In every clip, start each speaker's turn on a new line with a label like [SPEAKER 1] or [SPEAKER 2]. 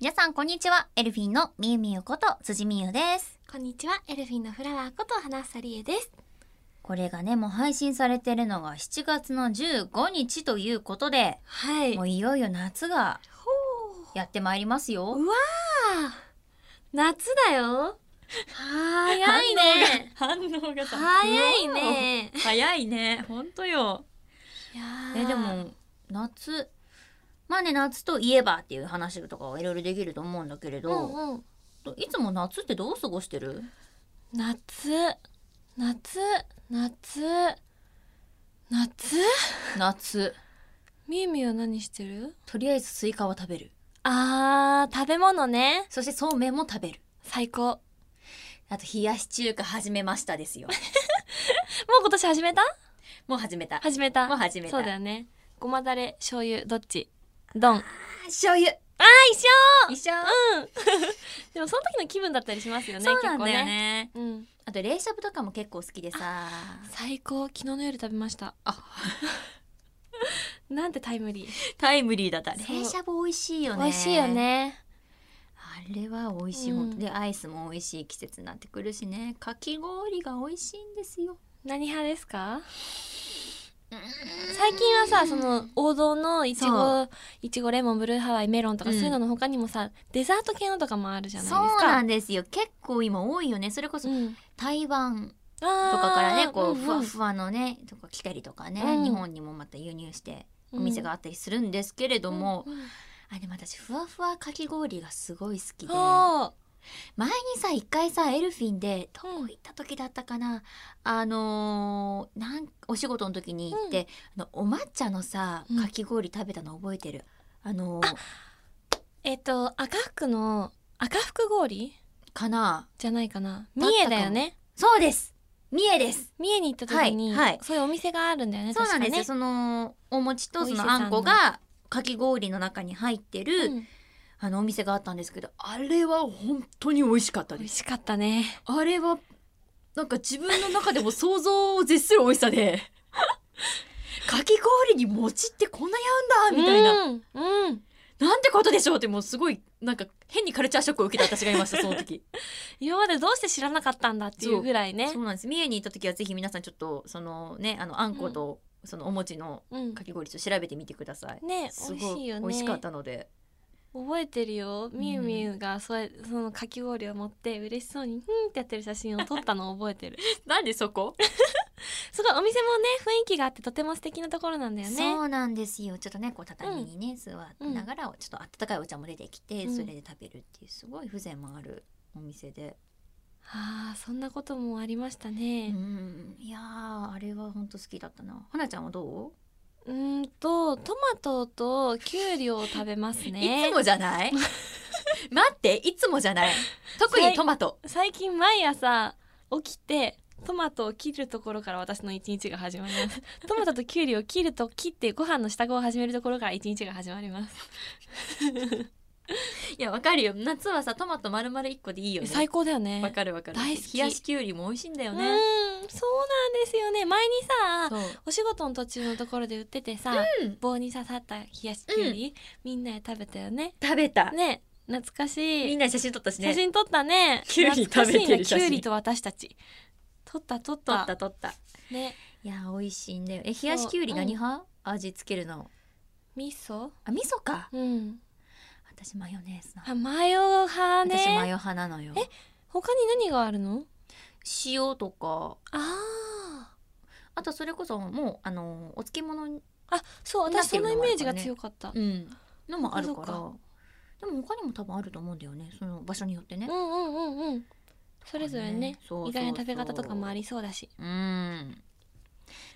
[SPEAKER 1] 皆さんこんにちはエルフィンのみゆみゆこと辻みゆです
[SPEAKER 2] こんにちは、エルフィンのフラワーこと花さりえです。
[SPEAKER 1] これがねもう配信されてるのが7月の15日ということで
[SPEAKER 2] はい。
[SPEAKER 1] も
[SPEAKER 2] ほ
[SPEAKER 1] ういよいよ夏が
[SPEAKER 2] う。
[SPEAKER 1] やってまいりますよ
[SPEAKER 2] うわあ、夏だよ。早い ね。
[SPEAKER 1] 反応が
[SPEAKER 2] 早いね。
[SPEAKER 1] 早いね本当よ
[SPEAKER 2] いやー
[SPEAKER 1] えで、も夏まあね夏といえばっていう話とかはいろいろできると思うんだけれ
[SPEAKER 2] う
[SPEAKER 1] ど、
[SPEAKER 2] んうん。
[SPEAKER 1] いつも夏ってどう過ごしてる
[SPEAKER 2] 夏、夏、夏、夏。
[SPEAKER 1] 夏
[SPEAKER 2] みゆみゆは何してる？
[SPEAKER 1] とりあえずスイカは食べる
[SPEAKER 2] あー、食べ物ね。
[SPEAKER 1] そしてそうめんも食べる
[SPEAKER 2] 最高。もう
[SPEAKER 1] あと冷やし中華始めましたです よ
[SPEAKER 2] 今年始めた？
[SPEAKER 1] もう始めた
[SPEAKER 2] 始めた。
[SPEAKER 1] もう始めた
[SPEAKER 2] そうだよね。ごまだれ、醤油、どっち？どん。あ、
[SPEAKER 1] 醤油
[SPEAKER 2] 一緒。
[SPEAKER 1] 一緒、
[SPEAKER 2] でもその時の気分だったりしますよね。
[SPEAKER 1] そうなんだよね
[SPEAKER 2] 結構ね。うん。
[SPEAKER 1] あと冷しゃぶとかも結構好きでさ
[SPEAKER 2] 最高。昨日の夜食べました。あ。なんてタイムリー。
[SPEAKER 1] タイムリーだった
[SPEAKER 2] そう
[SPEAKER 1] 冷しゃぶ美味しいよね
[SPEAKER 2] 美味しいよね。
[SPEAKER 1] あれは美味しい、
[SPEAKER 2] うん
[SPEAKER 1] 本当でアイスも美味しい季節になってくるしねかき氷が美味しいんですよ
[SPEAKER 2] 何派ですか？最近はさ、その王道のいち
[SPEAKER 1] そ
[SPEAKER 2] ご、いちごレモンブルーハワイメロンとか
[SPEAKER 1] う
[SPEAKER 2] そ
[SPEAKER 1] ん
[SPEAKER 2] ういうのの他にもさ、デザート系のとかもあるじゃないです
[SPEAKER 1] そ
[SPEAKER 2] か。
[SPEAKER 1] うなんですよ結構今多いよねそれこそ
[SPEAKER 2] うん。
[SPEAKER 1] 台湾
[SPEAKER 2] と
[SPEAKER 1] とかからねこう
[SPEAKER 2] ふ
[SPEAKER 1] ふわふわのねとか来たりとかね、
[SPEAKER 2] うん
[SPEAKER 1] 日本にもまた輸入してお店があったりするんですけれども、あでも私ふわふわかき氷がすごい好きで
[SPEAKER 2] あ
[SPEAKER 1] 前にさ一回さエルフィンでどこ行った時だったかな、あのーなんお仕事の時に行って、あのお抹茶のさ
[SPEAKER 2] うん
[SPEAKER 1] かき氷食べたの覚えてる、あのー
[SPEAKER 2] えっと赤福の赤福氷
[SPEAKER 1] かな
[SPEAKER 2] じゃないかな。
[SPEAKER 1] だ
[SPEAKER 2] 三
[SPEAKER 1] ったかも
[SPEAKER 2] 重だよね。
[SPEAKER 1] そうです三重です
[SPEAKER 2] 三重に行った時に、
[SPEAKER 1] はいはい
[SPEAKER 2] そういうお店があるんだよね。
[SPEAKER 1] そうなんですよ、
[SPEAKER 2] 確か
[SPEAKER 1] そのお餅とそ
[SPEAKER 2] お伊勢
[SPEAKER 1] の
[SPEAKER 2] さ
[SPEAKER 1] あ
[SPEAKER 2] んの
[SPEAKER 1] んこがかき氷の中に入ってる、
[SPEAKER 2] ねうん
[SPEAKER 1] あのお店があったんですけどあれは本当に美味しかった
[SPEAKER 2] 美
[SPEAKER 1] で
[SPEAKER 2] 味
[SPEAKER 1] す
[SPEAKER 2] しかったね。
[SPEAKER 1] あれはなんか自分の中でも想像を絶する美味しさ でかき氷に餅ってこんなに合うんだみたいな、
[SPEAKER 2] うん、うん、
[SPEAKER 1] なんてことでしょうってもうすごいなんか変にカルチャーショックを受けた私がいましたその 時
[SPEAKER 2] 今までどうして知らなかったんだっていうぐらいね
[SPEAKER 1] そ。うなんです三重に行った時はぜひ皆さんちょっとそのねあのあんことそのお餅の
[SPEAKER 2] うん
[SPEAKER 1] か、き氷ちょっと調べてみてください、
[SPEAKER 2] ね、
[SPEAKER 1] す
[SPEAKER 2] 美
[SPEAKER 1] ごい
[SPEAKER 2] 味しいよね。
[SPEAKER 1] 美味しかったので
[SPEAKER 2] 覚えてるよ。みゆみゆがそれそのかき氷を持って嬉しそうにふんってやってる写真を撮ったのを覚えてる。
[SPEAKER 1] なんでそこ、
[SPEAKER 2] すごいお店もね雰囲気があってとても素敵なところなんだよね。
[SPEAKER 1] そうなんですよちょっとねこう畳にね座ってながらちょっと温かいお茶も出てきて、
[SPEAKER 2] うん
[SPEAKER 1] それで食べるっていうすごい風情もあるお店で、
[SPEAKER 2] ああそんなこともありました
[SPEAKER 1] う
[SPEAKER 2] ね。
[SPEAKER 1] ん、いやーあれは本当好きだったな花ちゃんはど
[SPEAKER 2] うーんとトマトとキュウリを食べます
[SPEAKER 1] う、
[SPEAKER 2] ね。
[SPEAKER 1] いつもじゃない 待っていつもじゃない特にトマト
[SPEAKER 2] 最近毎朝起きてトマトを切るところから私の一日が始まります トマトとキュウリを切ると切ってご飯の支度を始めるところから一日が始まります
[SPEAKER 1] いやわかるよ夏はさトマト丸々一個でいいよね
[SPEAKER 2] 最高だよね
[SPEAKER 1] わかるわかる
[SPEAKER 2] 大好き
[SPEAKER 1] 冷やしきゅうりも美味しいんだよ
[SPEAKER 2] う
[SPEAKER 1] ね、
[SPEAKER 2] んそうなんですよね前にさ
[SPEAKER 1] そう
[SPEAKER 2] お仕事の途中のところで売っててさ、
[SPEAKER 1] うん
[SPEAKER 2] 棒に刺さった冷やしキュウリ、みんなで食べたよね
[SPEAKER 1] 食べた、
[SPEAKER 2] ね懐かし
[SPEAKER 1] み
[SPEAKER 2] い
[SPEAKER 1] んなで写真撮ったしね
[SPEAKER 2] 写真撮ったね
[SPEAKER 1] キュウリ食べてる写真
[SPEAKER 2] 懐かしいなキュウリと私たち撮った撮っ
[SPEAKER 1] 撮
[SPEAKER 2] た
[SPEAKER 1] った撮った
[SPEAKER 2] ね
[SPEAKER 1] いや美味しいんだよえ冷やしきゅうり何派、味付けるの
[SPEAKER 2] 味噌
[SPEAKER 1] あ味噌か
[SPEAKER 2] うん
[SPEAKER 1] 私マヨネーズな、
[SPEAKER 2] あマヨ派ね
[SPEAKER 1] 私マヨ派なのよ
[SPEAKER 2] え他に何があるの
[SPEAKER 1] 塩とか
[SPEAKER 2] あ
[SPEAKER 1] あとそれこそもうあのお漬物に
[SPEAKER 2] ーあそう
[SPEAKER 1] なっ
[SPEAKER 2] 私
[SPEAKER 1] て
[SPEAKER 2] そ
[SPEAKER 1] るの
[SPEAKER 2] の
[SPEAKER 1] もあ
[SPEAKER 2] イ
[SPEAKER 1] るからね
[SPEAKER 2] メージが強かった、
[SPEAKER 1] うんのもあるから
[SPEAKER 2] あそ
[SPEAKER 1] でも他にも多分あると思うんだよねその場所によってね、
[SPEAKER 2] うんうんうんうんそれぞれね
[SPEAKER 1] そうそう
[SPEAKER 2] 意
[SPEAKER 1] そう
[SPEAKER 2] 外な食べ方とかもありそうだし
[SPEAKER 1] うん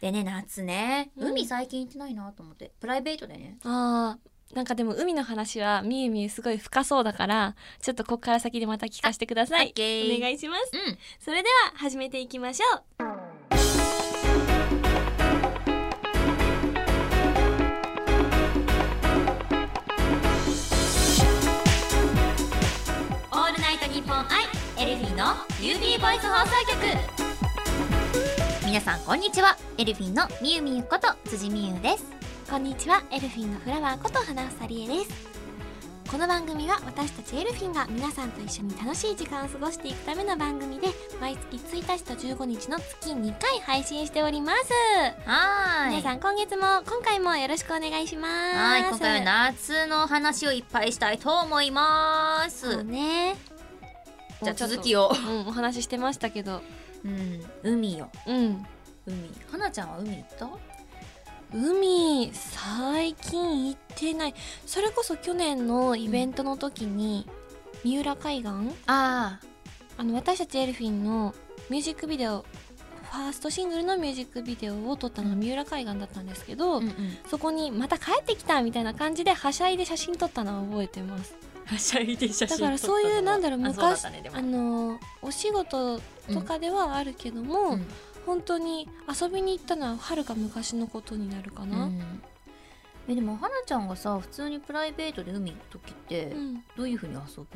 [SPEAKER 1] でね夏ね
[SPEAKER 2] うん
[SPEAKER 1] 海最近行ってないなと思って、プライベートでね
[SPEAKER 2] あーなんかでも海の話はみゆみゆすごい深そうだからちょっとここから先でまた聞かせてくださ
[SPEAKER 1] オ
[SPEAKER 2] い
[SPEAKER 1] ッケー
[SPEAKER 2] お願いします
[SPEAKER 1] うん
[SPEAKER 2] それでは始めていきましょう
[SPEAKER 1] オールナイトニッポンアイエルフィンのビューティーボイス放送局皆さんこんにちはエルフィンのみゆみゆこと辻みゆです
[SPEAKER 2] こんにちはエルフィンのフラワーこと花さりえです
[SPEAKER 3] この番組は私たちエルフィンが皆さんと一緒に楽しい時間を過ごしていくための番組で毎月1日と15日の月2回配信しております、
[SPEAKER 1] はー
[SPEAKER 3] 皆
[SPEAKER 1] い。
[SPEAKER 3] さん今月も今回もよろしくお願いします
[SPEAKER 1] はい、今回は夏の話をいっぱいしたいと思いま
[SPEAKER 3] そう
[SPEAKER 1] す。
[SPEAKER 3] ね
[SPEAKER 1] じゃあ続きを。
[SPEAKER 2] うん、お話ししてましたけど、
[SPEAKER 1] うん、海よ。
[SPEAKER 2] うん、
[SPEAKER 1] 海。はなちゃんは海行った
[SPEAKER 2] 海最近行ってないそれこそ去年のイベントの時に、三浦海岸
[SPEAKER 1] あ
[SPEAKER 2] あの私たちエルフィンのミュージックビデオファーストシングルのミュージックビデオを撮ったのが三浦海岸だったんですけど、
[SPEAKER 1] あうんうん。
[SPEAKER 2] そこにまた帰ってきたみたいな感じではしゃいで写真撮ったのは覚えてます
[SPEAKER 1] はしゃいで写
[SPEAKER 2] だからそういうなんだろう
[SPEAKER 1] あそうだっ
[SPEAKER 2] 昔
[SPEAKER 1] たねでも
[SPEAKER 2] あのお仕事とかではあるけど
[SPEAKER 1] う
[SPEAKER 2] も、
[SPEAKER 1] ん
[SPEAKER 2] 本当に遊びに行ったのははるか昔のことになるかな、
[SPEAKER 1] うんえでもはなちゃんがさ普通にプライベートで海行く時って
[SPEAKER 2] うん
[SPEAKER 1] どういうふうに遊ぶ、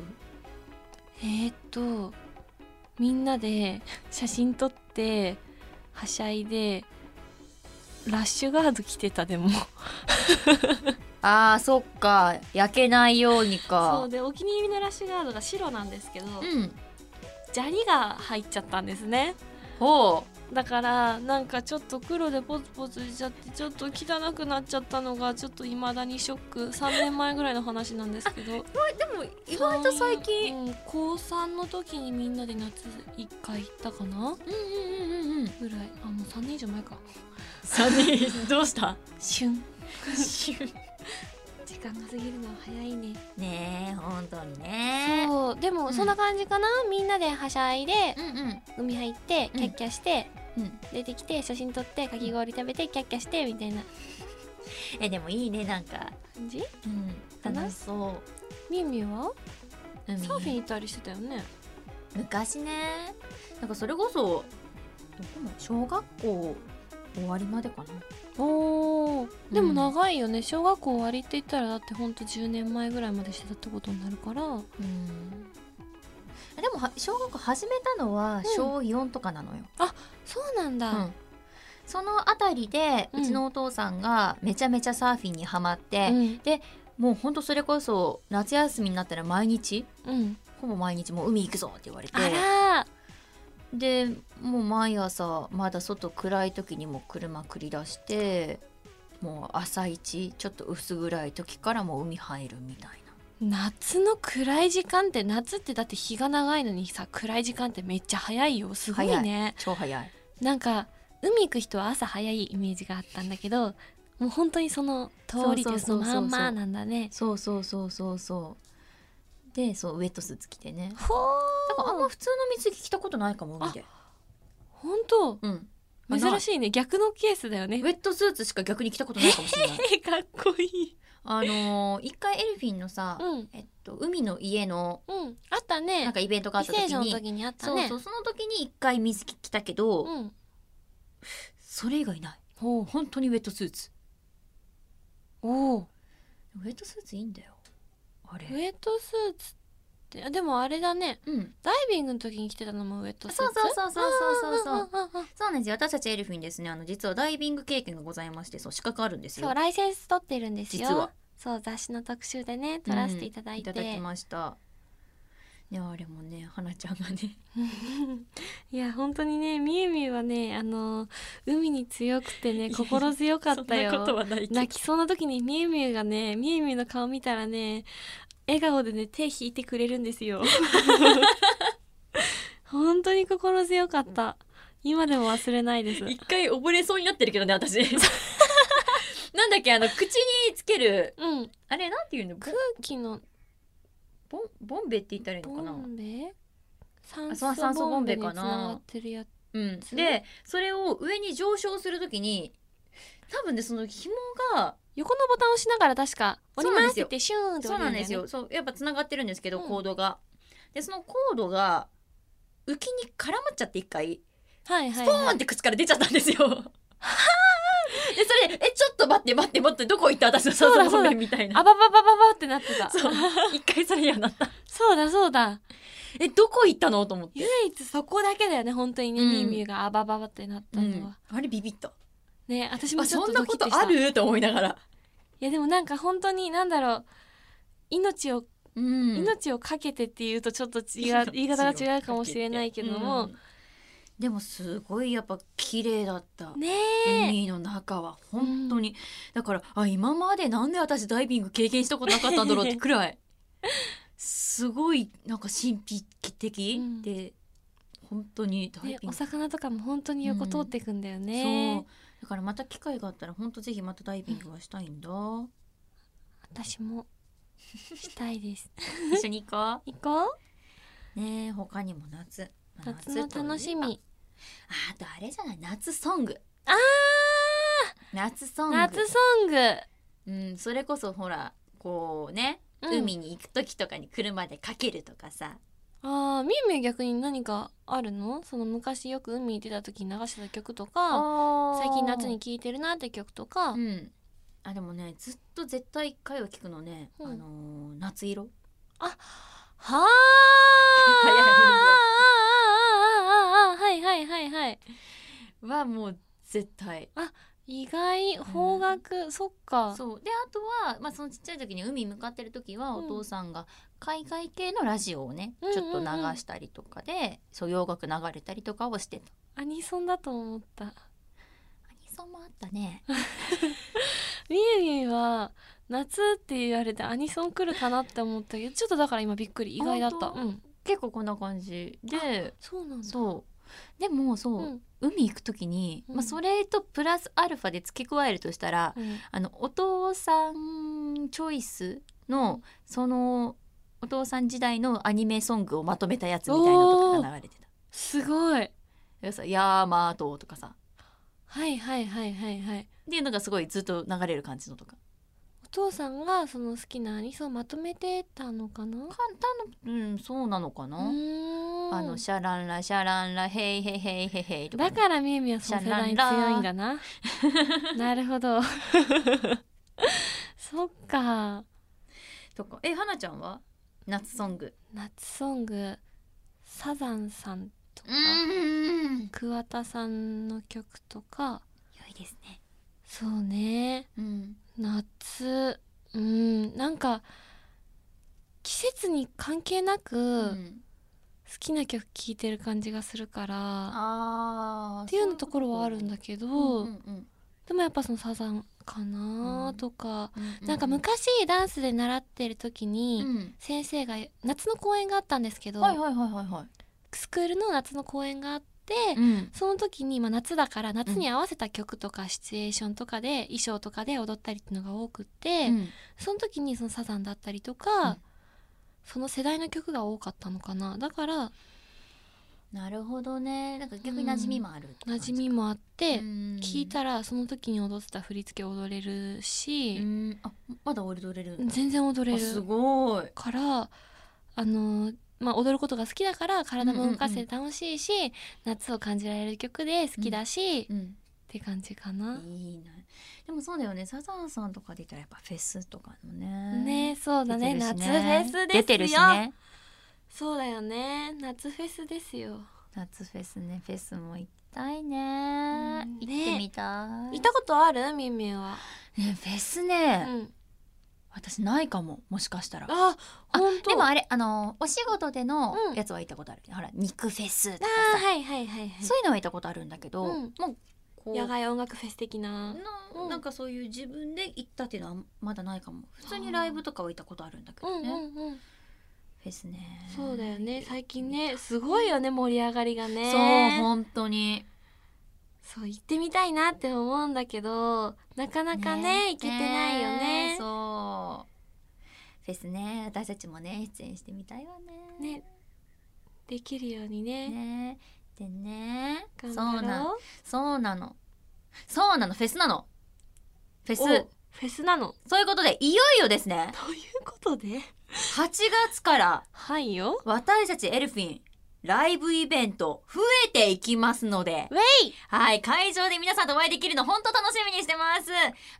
[SPEAKER 2] えーっとみんなで 写真撮ってはしゃいでラッシュガード着てたでも
[SPEAKER 1] あーそっか焼けないようにか
[SPEAKER 2] そうでお気に入りのラッシュガードが白なんですけど
[SPEAKER 1] うん
[SPEAKER 2] 砂利が入っちゃったんですね
[SPEAKER 1] ほ
[SPEAKER 2] だからなんかちょっと黒でポツポツしちゃってちょっと汚くなっちゃったのがちょっと未だにショック3年前ぐらいの話なんですけど
[SPEAKER 1] うでも 意外と最近
[SPEAKER 2] うん高3の時にみんなで夏1回行ったかな
[SPEAKER 1] うんうんうんうんうん
[SPEAKER 2] ぐらいあもう3年以上前か
[SPEAKER 1] 3人どうした
[SPEAKER 2] 旬時間が過ぎるのは早いね、
[SPEAKER 1] ねえ本当にね
[SPEAKER 3] そうで
[SPEAKER 1] う
[SPEAKER 3] も
[SPEAKER 1] ん
[SPEAKER 3] そんな感じかな、みんなではしゃいで
[SPEAKER 1] うんうん
[SPEAKER 3] 海入って
[SPEAKER 1] うん
[SPEAKER 3] キャッキャして、
[SPEAKER 1] うん
[SPEAKER 3] 出てきて写真撮ってかき氷食べてキャッキャしてみたいな
[SPEAKER 1] えでもいいねなんか
[SPEAKER 3] 感じ
[SPEAKER 1] うん
[SPEAKER 3] かな
[SPEAKER 1] 楽しそ
[SPEAKER 2] みゆみゆは
[SPEAKER 1] う海
[SPEAKER 2] サーフィン行ったりしてたよね
[SPEAKER 1] 昔ねなんかそれこそどこも小学校終わりまでかな
[SPEAKER 2] おーでも長いよね、小学校終わりって言ったらだってほんと10年前ぐらいまでしてたってことになるから
[SPEAKER 1] うんでもは小学校始めたのは小4とかなのよ、
[SPEAKER 3] そうなん
[SPEAKER 1] う
[SPEAKER 3] だ、
[SPEAKER 1] んそのあたりで
[SPEAKER 2] うん
[SPEAKER 1] うちのお父さんがめちゃめちゃサーフィンにはまって、
[SPEAKER 2] うん
[SPEAKER 1] もうほんとそれこそ夏休みになったら毎日
[SPEAKER 2] うん
[SPEAKER 1] ほぼ毎日もう海行くぞって言われて
[SPEAKER 3] あらー
[SPEAKER 1] でもう毎朝まだ外暗い時にも車繰り出してもう朝一ちょっと薄暗い時からもう海入るみたいな
[SPEAKER 2] 夏の暗い時間って夏ってだって日が長いのにさ暗い時間ってめっちゃ早いよすごいね
[SPEAKER 1] 超早い
[SPEAKER 2] なんか海行く人は朝早いイメージがあったんだけどもう本当にその通りで
[SPEAKER 1] そ
[SPEAKER 2] そう
[SPEAKER 1] そうそうそうそう
[SPEAKER 2] のまんまなんだね
[SPEAKER 1] そうそうそうそうそうでそうウェットスーツ着てね
[SPEAKER 2] ほー
[SPEAKER 1] だからあんま普通の水着着たことないかも海で
[SPEAKER 2] 本当
[SPEAKER 1] うんあない
[SPEAKER 2] 珍しいね逆のケースだよ ね
[SPEAKER 1] ウェットスーツしか逆に着たことないかもしれない
[SPEAKER 2] えかっこいい
[SPEAKER 1] あのー一回エルフィンのさ、
[SPEAKER 2] うん
[SPEAKER 1] えっと海の家の
[SPEAKER 2] うんあったね
[SPEAKER 1] なんかイベントがあった
[SPEAKER 3] ステー
[SPEAKER 1] 時
[SPEAKER 3] ジの
[SPEAKER 1] に
[SPEAKER 3] 時にあった
[SPEAKER 1] そう
[SPEAKER 3] ね
[SPEAKER 1] そうその時に一回水着着たけど、
[SPEAKER 2] うん
[SPEAKER 1] それ以外ない
[SPEAKER 2] ほう
[SPEAKER 1] 本当にウェットスーツ
[SPEAKER 2] おー
[SPEAKER 1] ウェットスーツいいんだよあれ
[SPEAKER 2] ウェットスーツってあでもあれだね
[SPEAKER 1] うん
[SPEAKER 2] ダイビングの時に着てたのもウェットスーツ
[SPEAKER 1] そうそうそうそうそうそうそう
[SPEAKER 2] そう
[SPEAKER 1] そうなんですよ私たちエルフィンですねあの実はダイビング経験がございましてそう資格あるんです
[SPEAKER 3] そ
[SPEAKER 1] よ
[SPEAKER 3] うライセンス取ってるんですよ
[SPEAKER 1] 実は
[SPEAKER 3] そう雑誌の特集でね撮らせていただいて、
[SPEAKER 1] うんいただき ましたねあれもねはなちゃんがね
[SPEAKER 2] いや本当にねみゆみゆはねあの海に強くて ね心強かったよ
[SPEAKER 1] はない
[SPEAKER 2] 泣きそうな時にみゆみゆがねみゆみゆの顔見たらね笑顔でね手引いてくれるんで すよ本当に心強かった今でも忘れないです
[SPEAKER 1] 一回溺れそうになってるけどね私 なんだっけあの口につける
[SPEAKER 2] うん
[SPEAKER 1] あれなんていうのボン
[SPEAKER 2] 空気の
[SPEAKER 1] ボンボンベって言ったらいいの
[SPEAKER 2] ボ
[SPEAKER 1] かな
[SPEAKER 2] ンベ酸
[SPEAKER 1] そう酸素
[SPEAKER 2] 素
[SPEAKER 1] ボ
[SPEAKER 2] ボ
[SPEAKER 1] ン
[SPEAKER 2] ン
[SPEAKER 1] ベ
[SPEAKER 2] ベにつ
[SPEAKER 1] かな
[SPEAKER 2] ながってるやつ
[SPEAKER 1] うん
[SPEAKER 2] つ
[SPEAKER 1] でそれを上に上昇するときに多分ねその紐が
[SPEAKER 2] 横のボタンを押しながら確か折りますって言ってシューンって
[SPEAKER 1] そう
[SPEAKER 2] 折れ
[SPEAKER 1] なん
[SPEAKER 2] るんだ
[SPEAKER 1] で
[SPEAKER 2] よ
[SPEAKER 1] す
[SPEAKER 2] ね
[SPEAKER 1] よそうやっぱつながってるんですけど
[SPEAKER 2] うん
[SPEAKER 1] コードが、でそのコードが浮きに絡まっちゃって一回
[SPEAKER 2] はいは
[SPEAKER 1] ス
[SPEAKER 2] い
[SPEAKER 1] ポ
[SPEAKER 2] は
[SPEAKER 1] ーンって口から出ちゃったんですよ。でそれで「えちょっと待って待って待ってどこ行った私のサ
[SPEAKER 2] そうだ
[SPEAKER 1] ザボンベみたい
[SPEAKER 2] い
[SPEAKER 1] な
[SPEAKER 2] あばばばばばってなってた
[SPEAKER 1] そう一回それやなった
[SPEAKER 2] そうだそうだ
[SPEAKER 1] えどこ行ったのと思って、
[SPEAKER 2] 唯一そこだけだよね本当にね、
[SPEAKER 1] うん
[SPEAKER 2] みゆみゆがあばばばってなったのは、
[SPEAKER 1] あれビビった
[SPEAKER 2] ね私も
[SPEAKER 1] あ
[SPEAKER 2] ちょ
[SPEAKER 1] そ
[SPEAKER 2] っと
[SPEAKER 1] んな
[SPEAKER 2] ドキ
[SPEAKER 1] こ
[SPEAKER 2] ッと
[SPEAKER 1] と
[SPEAKER 2] した
[SPEAKER 1] あると思いながら
[SPEAKER 2] いやでもなんか本当になんだろう命を、
[SPEAKER 1] うん
[SPEAKER 2] 命をかけてっていうとちょっと 違う言い方が違うかもしれないけども、
[SPEAKER 1] うんでもすごいやっぱ綺麗だった、
[SPEAKER 2] ねえ、
[SPEAKER 1] 海の中は本当に、だからあ今までなんで私ダイビング経験したことなかったんだろうってくらいすごいなんか神秘的
[SPEAKER 2] うん
[SPEAKER 1] で、本当にダイビ
[SPEAKER 2] ね
[SPEAKER 1] ング、
[SPEAKER 2] お魚とかも本当に横通っていくんだよね、
[SPEAKER 1] そうだからまた機会があったら本当ぜひまたダイビングはしたいんだ、
[SPEAKER 2] 私もしたい です
[SPEAKER 1] 一緒に行こ
[SPEAKER 2] 行こう
[SPEAKER 1] うねえ他にも夏
[SPEAKER 2] 夏の楽しみ
[SPEAKER 1] ああとあれじゃない夏ソング
[SPEAKER 2] あ
[SPEAKER 1] 夏ソン
[SPEAKER 2] ー
[SPEAKER 1] グ
[SPEAKER 2] 夏ソング
[SPEAKER 1] うん、それこそほらこうね、
[SPEAKER 2] うん
[SPEAKER 1] 海に行く時とかに車でかけるとかさ
[SPEAKER 2] あーみゆみゆ逆に何かあるのその昔よく海に出た時に流してた曲とか最
[SPEAKER 1] 最
[SPEAKER 2] 近夏に聴いてるなって曲とか、
[SPEAKER 1] うんあでもねずっと絶対一回は聞くのね、
[SPEAKER 2] うん
[SPEAKER 1] あのー夏色
[SPEAKER 2] はあ
[SPEAKER 1] 早い
[SPEAKER 2] あーあーあーあーあーはいはいはいはい
[SPEAKER 1] はもう絶対
[SPEAKER 2] 意外方角、そっか
[SPEAKER 1] そうであとは、まあ、そのちっちゃい時に海向かってる時は
[SPEAKER 2] う
[SPEAKER 1] お
[SPEAKER 2] ん
[SPEAKER 1] 父さんが海外系のラジオをね、
[SPEAKER 2] うんうん
[SPEAKER 1] ち
[SPEAKER 2] う
[SPEAKER 1] ょ
[SPEAKER 2] ん
[SPEAKER 1] っと流したりとかでそう洋楽流れたりとかをしてた
[SPEAKER 2] アニソンだと思った
[SPEAKER 1] アニソンもあったね
[SPEAKER 2] みゆみゆは夏って言われてアニソン来るかなって思ったけどちょっとだから今びっくり意外だった
[SPEAKER 1] 本当
[SPEAKER 2] うん
[SPEAKER 1] 結構こんな感じで
[SPEAKER 2] そうなんだ
[SPEAKER 1] そうでもそう、
[SPEAKER 2] うん
[SPEAKER 1] 海行く時に、
[SPEAKER 2] うん
[SPEAKER 1] まあ、それとプラスアルファで付け加えるとしたら、
[SPEAKER 2] うん
[SPEAKER 1] あのお父さんチョイスのそのお父さん時代のアニメソングをまとめたやつみたいなのとかが流れてた。
[SPEAKER 2] すごい
[SPEAKER 1] 要するにヤーマートとかさ
[SPEAKER 2] はいはいはいはいはい
[SPEAKER 1] っていうのがすごいずっと流れる感じのとか。
[SPEAKER 2] お父さんがその好きなアニソンをまとめてたのかな
[SPEAKER 1] 簡単なうんそうなのか
[SPEAKER 2] う
[SPEAKER 1] な。
[SPEAKER 2] ーん
[SPEAKER 1] あのシャランラシャランラヘイヘイヘイヘイヘイとかね、
[SPEAKER 2] だからみゆみゆはその世代に強いん だななるほど そっか
[SPEAKER 1] とかえ花ちゃんは夏ソング。
[SPEAKER 2] 夏ソングサザンさんとか、
[SPEAKER 1] ん
[SPEAKER 2] 桑田さんの曲とか
[SPEAKER 1] 良いですね。
[SPEAKER 2] そうね
[SPEAKER 1] うん
[SPEAKER 2] 夏うんなんか季節に関係なく、
[SPEAKER 1] うん、
[SPEAKER 2] 好きな曲聴いてる感じがするから
[SPEAKER 1] あー
[SPEAKER 2] っていうようなところはあるんだけど、
[SPEAKER 1] うんうん
[SPEAKER 2] でもやっぱそのサザンかなとか、
[SPEAKER 1] うん、
[SPEAKER 2] なんか昔ダンスで習ってる時に、
[SPEAKER 1] うん
[SPEAKER 2] 先生が夏の公演があったんですけど、
[SPEAKER 1] はいはいはいはいは
[SPEAKER 2] スクールの夏の公演があって、
[SPEAKER 1] い。うん
[SPEAKER 2] その時に、まあ、夏だから夏に合わせた曲とかシチュエーションとかで衣装とかで踊ったりっていうのが多くて、
[SPEAKER 1] うん
[SPEAKER 2] その時にそのサザンだったりとか、
[SPEAKER 1] うん
[SPEAKER 2] その世代の曲が多かったのかなだから
[SPEAKER 1] なるほどね。なんか逆に馴染みもあるって感
[SPEAKER 2] 馴
[SPEAKER 1] じ。
[SPEAKER 2] 染みもあって、
[SPEAKER 1] 聞
[SPEAKER 2] 聞いたらその時に踊ってた振り付け踊れる
[SPEAKER 1] う
[SPEAKER 2] し、
[SPEAKER 1] んあまだ踊れる。
[SPEAKER 2] 全然踊れ
[SPEAKER 1] あす
[SPEAKER 2] る
[SPEAKER 1] ごい。
[SPEAKER 2] からあのまあ踊ることが好きだから体も動かせて楽しいし、夏を感じられる曲で好きだし、っ
[SPEAKER 1] うん
[SPEAKER 2] て感じかな。
[SPEAKER 1] いいな。でもそうだよね。サザンさんとかで言ったらやっぱフェスとかのね。
[SPEAKER 2] ねそうだ
[SPEAKER 1] 出
[SPEAKER 2] ね
[SPEAKER 1] てるし
[SPEAKER 2] 夏フェスですよ
[SPEAKER 1] 出てるしね。
[SPEAKER 2] そうだよね夏フェスですよ
[SPEAKER 1] 夏フェスね。フェスも行きたいね。
[SPEAKER 2] うん
[SPEAKER 1] 行っ
[SPEAKER 2] ね
[SPEAKER 1] てみたい。
[SPEAKER 2] 行ったことあるみみは、
[SPEAKER 1] ねフェス
[SPEAKER 2] う
[SPEAKER 1] ね。
[SPEAKER 2] ん、
[SPEAKER 1] 私ないかも。もしかしたら。
[SPEAKER 2] あ
[SPEAKER 1] あ
[SPEAKER 2] 本当
[SPEAKER 1] でもあれあのお仕事での
[SPEAKER 2] うん
[SPEAKER 1] やつは行ったことある、ほら肉フェスとか
[SPEAKER 2] あー
[SPEAKER 1] さ、
[SPEAKER 2] はいはいはいは
[SPEAKER 1] そういうのは行ったことあるんだけど、
[SPEAKER 2] うん
[SPEAKER 1] もうこう
[SPEAKER 2] い野外音楽フェス的な
[SPEAKER 1] な
[SPEAKER 2] うん
[SPEAKER 1] なんかそういう自分で行ったっていうのはまだないかも普通にライブとかは行ったことあるんだけ
[SPEAKER 2] う
[SPEAKER 1] ど
[SPEAKER 2] ん
[SPEAKER 1] ね、
[SPEAKER 2] うんうん
[SPEAKER 1] フェスね
[SPEAKER 2] そうだよね最近ねすごいよね盛り上がりが
[SPEAKER 1] そう
[SPEAKER 2] ね
[SPEAKER 1] 本当に
[SPEAKER 2] そう行ってみたいなって思うんだけどなかなかね行けてないよね
[SPEAKER 1] そうフェスね私たちもね出演してみたいわね
[SPEAKER 2] ねできるようにね
[SPEAKER 1] ねでね
[SPEAKER 2] 頑
[SPEAKER 1] そう
[SPEAKER 2] 張
[SPEAKER 1] なの
[SPEAKER 2] ろう
[SPEAKER 1] そうなのそうなのフェスなのフェス
[SPEAKER 2] おフェスなの
[SPEAKER 1] そういうことでいよいよですね
[SPEAKER 2] ということで
[SPEAKER 1] 8月から
[SPEAKER 2] はいよ
[SPEAKER 1] 私たちエルフィンライブイベント増えていきますので
[SPEAKER 2] ウェイ
[SPEAKER 1] はい会場で皆さんとお会いできるの本当楽しみにしてます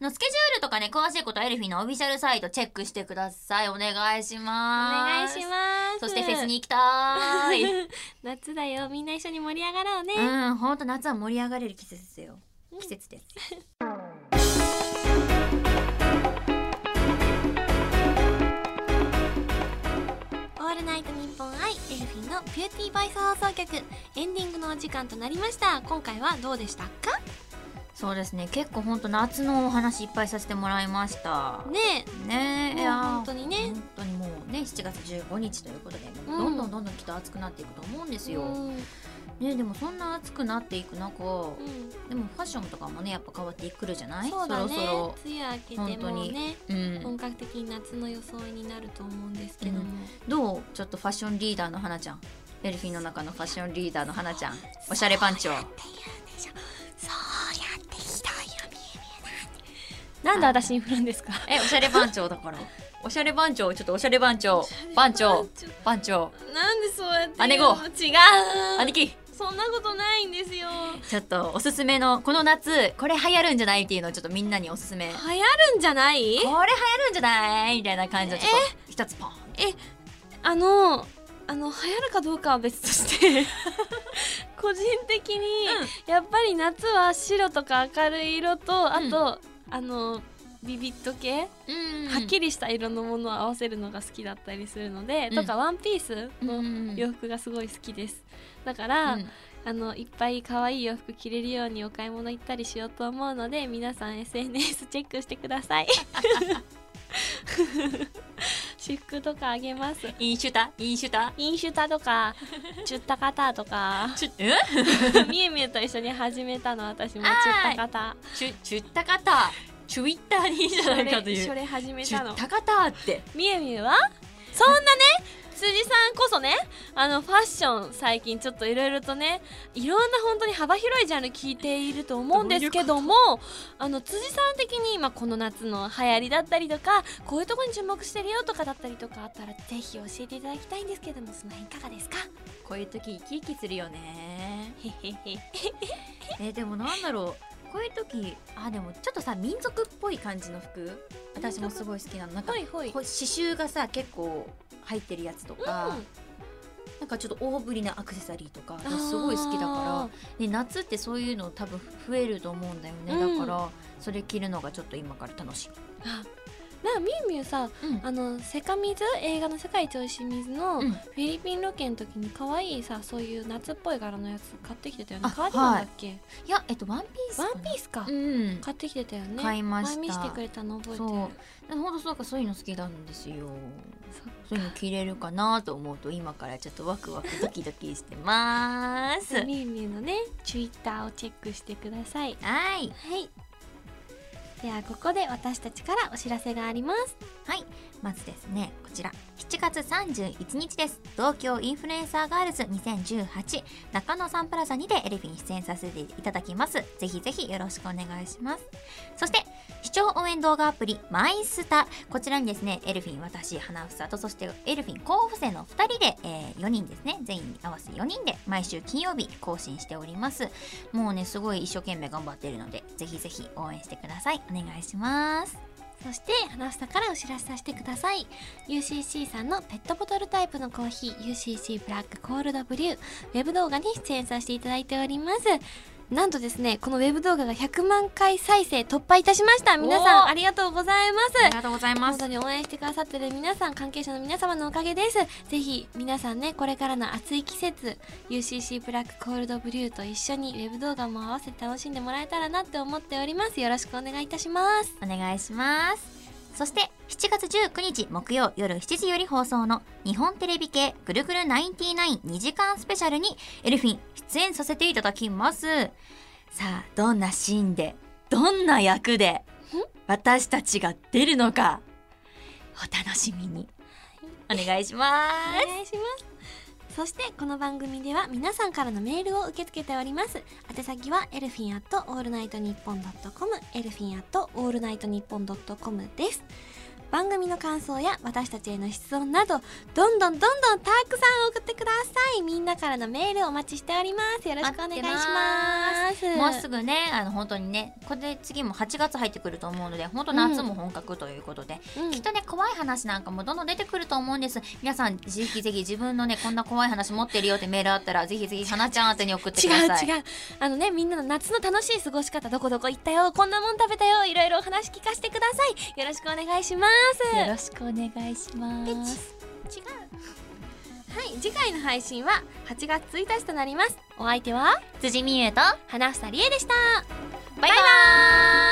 [SPEAKER 1] あのスケジュールとかね詳しいことはエルフィンのオフィシャルサイトチェックしてくださいお願いし
[SPEAKER 2] お
[SPEAKER 1] ま
[SPEAKER 2] 願い
[SPEAKER 1] す
[SPEAKER 2] します
[SPEAKER 1] そしてフェスに行きたー い
[SPEAKER 2] 夏だよみんな一緒に盛り上がろうね、
[SPEAKER 1] うん本当夏は盛り上がれる季節ですよ季節です
[SPEAKER 3] ルナイトニッポンアイエルフィンのビューティーバイス放送局エンディングのお時間となりました今回はどうでしたか
[SPEAKER 1] そうですね結構本当夏のお話いっぱいさせてもらいました
[SPEAKER 3] ね
[SPEAKER 1] ね
[SPEAKER 3] え
[SPEAKER 1] えいやー
[SPEAKER 3] もう本当にね
[SPEAKER 1] 本当にもうね7月15日ということで
[SPEAKER 3] うん
[SPEAKER 1] もうどんどんどんどんきっと暑くなっていくと思うんですよ、
[SPEAKER 3] うん
[SPEAKER 1] ねでもそんな暑くなっていく中
[SPEAKER 3] うん
[SPEAKER 1] でもファッションとかもねやっぱ変わってくるじゃない
[SPEAKER 3] そうだね
[SPEAKER 1] ろそろ
[SPEAKER 3] 梅雨明けてもうね
[SPEAKER 1] うん
[SPEAKER 3] 本格的に夏の装いになると思うんですけども、
[SPEAKER 1] うどうちょっとファッションリーダーの花ちゃんエルフィンの中のファッションリーダーの花ちゃんおしゃれ番長
[SPEAKER 3] そうやってひどいよ見え
[SPEAKER 2] なんで私に振るんです か
[SPEAKER 1] えおしゃれ番長だから おしゃれ番長ちょっとおしゃれ番長番長番長
[SPEAKER 2] なんでそうやって
[SPEAKER 1] 姉御
[SPEAKER 2] 違う
[SPEAKER 1] 兄貴
[SPEAKER 2] そんなことないんですよ
[SPEAKER 1] ちょっとおすすめのこの夏これ流行るんじゃないっていうのをちょっとみんなにおすすめこ
[SPEAKER 3] 流行るんじゃない
[SPEAKER 1] れ流行るんじゃないみたいな感じのちょっと一つポン
[SPEAKER 2] あのあの流行るかどうかは別として 個人的に、やっぱり夏は白とか明るい色とあと、あのビビット系、
[SPEAKER 1] うん
[SPEAKER 2] はっきりした色のものを合わせるのが好きだったりするので、
[SPEAKER 1] うん
[SPEAKER 2] とかワンピース
[SPEAKER 1] う
[SPEAKER 2] の
[SPEAKER 1] ん
[SPEAKER 2] 洋服がすごい好きです、だから、
[SPEAKER 1] うん
[SPEAKER 2] あのいっぱい可愛い洋服着れるようにお買い物行ったりしようと思うので皆さん SNS チェックしてくだ さい私服とかあげます
[SPEAKER 1] インシュタインシュタ
[SPEAKER 2] インシュタとかチュッタカタ とか
[SPEAKER 1] ちゅえ
[SPEAKER 2] みえみえと一緒に始めたの私もチュッタカタ
[SPEAKER 1] ちゅちゅったかたチュイッターにいいんじゃ
[SPEAKER 2] そ
[SPEAKER 1] ないかと
[SPEAKER 2] れ
[SPEAKER 1] い
[SPEAKER 2] そうれ始め
[SPEAKER 1] ちゅった
[SPEAKER 2] の
[SPEAKER 1] たかたって
[SPEAKER 2] みえみえはそんなね辻さんこそねあのファッション最近ちょっといろいろとねいろんな本当に幅広いジャンル聞いていると思うんですけどもあの辻さん的に今この夏の流行りだったりとかこういうとこに注目してるよとかだったりとかあったらぜひ教えていただきたいんですけどもその辺いかがですか
[SPEAKER 1] こういう時生き生きするよね
[SPEAKER 2] へへへ
[SPEAKER 1] えーでもなんだろうこういう時あでもちょっとさ民族っぽい感じの服私もすごい好きなのなんか
[SPEAKER 2] ほいほい
[SPEAKER 1] こう刺繍がさ結構入ってるやつとか、なんかちょっと大ぶりなアクセサリーとか私すごい好きだ
[SPEAKER 2] あ
[SPEAKER 1] から、ね、夏ってそういうの多分増えると思うんだよね、
[SPEAKER 2] うん
[SPEAKER 1] だからそれ着るのがちょっと今から楽しい。
[SPEAKER 2] あなんかみゆみゆ
[SPEAKER 1] う
[SPEAKER 2] さ
[SPEAKER 1] ん
[SPEAKER 2] あのセカミズ映画の「世界一おいしい水」の
[SPEAKER 1] うん
[SPEAKER 2] フィリピンロケの時に可愛いさそういう夏っぽい柄のやつ買ってきてたよね
[SPEAKER 1] あ
[SPEAKER 2] カーディガンだっけ、
[SPEAKER 1] いやえっとワンピースか
[SPEAKER 2] ワ
[SPEAKER 1] な
[SPEAKER 2] ンピースか、
[SPEAKER 1] うん
[SPEAKER 2] 買ってきてたよね
[SPEAKER 1] 買いました
[SPEAKER 2] 前見せてくれたの覚えてる
[SPEAKER 1] そう本当そうかそういうの好きなんですよ
[SPEAKER 2] そっか
[SPEAKER 1] そういうの着れるかなと思うと今からちょっとワクワクドキドキしてます は
[SPEAKER 2] みゆみゆのねツイッターをチェックしてください
[SPEAKER 1] い
[SPEAKER 3] はいではここで私たちからお知らせがあります
[SPEAKER 1] まずですねこちら7月31日です東京インフルエンサーガールズ2018中野サンプラザにてエレフィに出演させていただきますぜひぜひよろしくお願いしますそして視聴応援動画アプリマイスタこちらにですねエルフィン私花房とそしてエルフィン候補生の2人で、え4人ですね全員合わせ4人で毎週金曜日更新しておりますもうねすごい一生懸命頑張っているのでぜひぜひ応援してくださいお願いします
[SPEAKER 3] そして花房からお知らせさせてください UCC さんのペットボトルタイプのコーヒー UCC ブラックコールドブリューウェブ動画に出演させていただいておりますなんとですねこのウェブ動画が100万回再生突破いたしました皆さ
[SPEAKER 1] お
[SPEAKER 3] ん
[SPEAKER 1] ー
[SPEAKER 3] ありがとうございま
[SPEAKER 1] あ
[SPEAKER 3] す
[SPEAKER 1] りがとうございま
[SPEAKER 3] 本
[SPEAKER 1] す
[SPEAKER 3] 当に応援してくださってる皆さん関係者の皆様のおかげですぜひ皆さんねこれからの暑い季節 UCC ブラックコールドブリューと一緒にウェブ動画も合わせて楽しんでもらえたらなって思っておりますよろしくお願いいたします
[SPEAKER 1] お願いしますそして7月19日木曜夜7時より放送の日本テレビ系ぐるぐる992時間スペシャルにエルフィン出演させていただきますさあどんなシーンでどんな役で私たちが出るのかお楽しみにお願いしま
[SPEAKER 3] お願いしますそしてこの番組では皆さんからのメールを受け付けております宛先はエルフィンアットオールナイトニッポンドットコムエルフィンアットオールナイトニッポンドットコムです番組の感想や私たちへの質問などどんどんどんどんたくさん送ってくださいみんなからのメールお待ちしておりますよろしくお願いします
[SPEAKER 1] すもうすぐねあの本当にねこれで次も8月入ってくると思うので本当夏も本格ということで、
[SPEAKER 3] うん
[SPEAKER 1] きっとね怖い話なんかもどんどん出てくると思うんです皆さんぜひぜひ自分のねこんな怖い話持ってるよってメールあったらぜひぜひ花ちゃん宛てに送って
[SPEAKER 3] 違
[SPEAKER 1] く
[SPEAKER 3] う
[SPEAKER 1] ださい
[SPEAKER 3] 違うあのねみんなの夏の楽しい過ごし方どこどこ行ったよこんなもん食べたよいろいろお話聞かせてくださいよろしくお願いします
[SPEAKER 1] よろしくお願いしま
[SPEAKER 3] ペ
[SPEAKER 1] す
[SPEAKER 3] チ違う
[SPEAKER 2] 次回の配信は8月1日となりますお相手は
[SPEAKER 1] 辻美優と
[SPEAKER 2] 花房理恵でした
[SPEAKER 1] バイバイ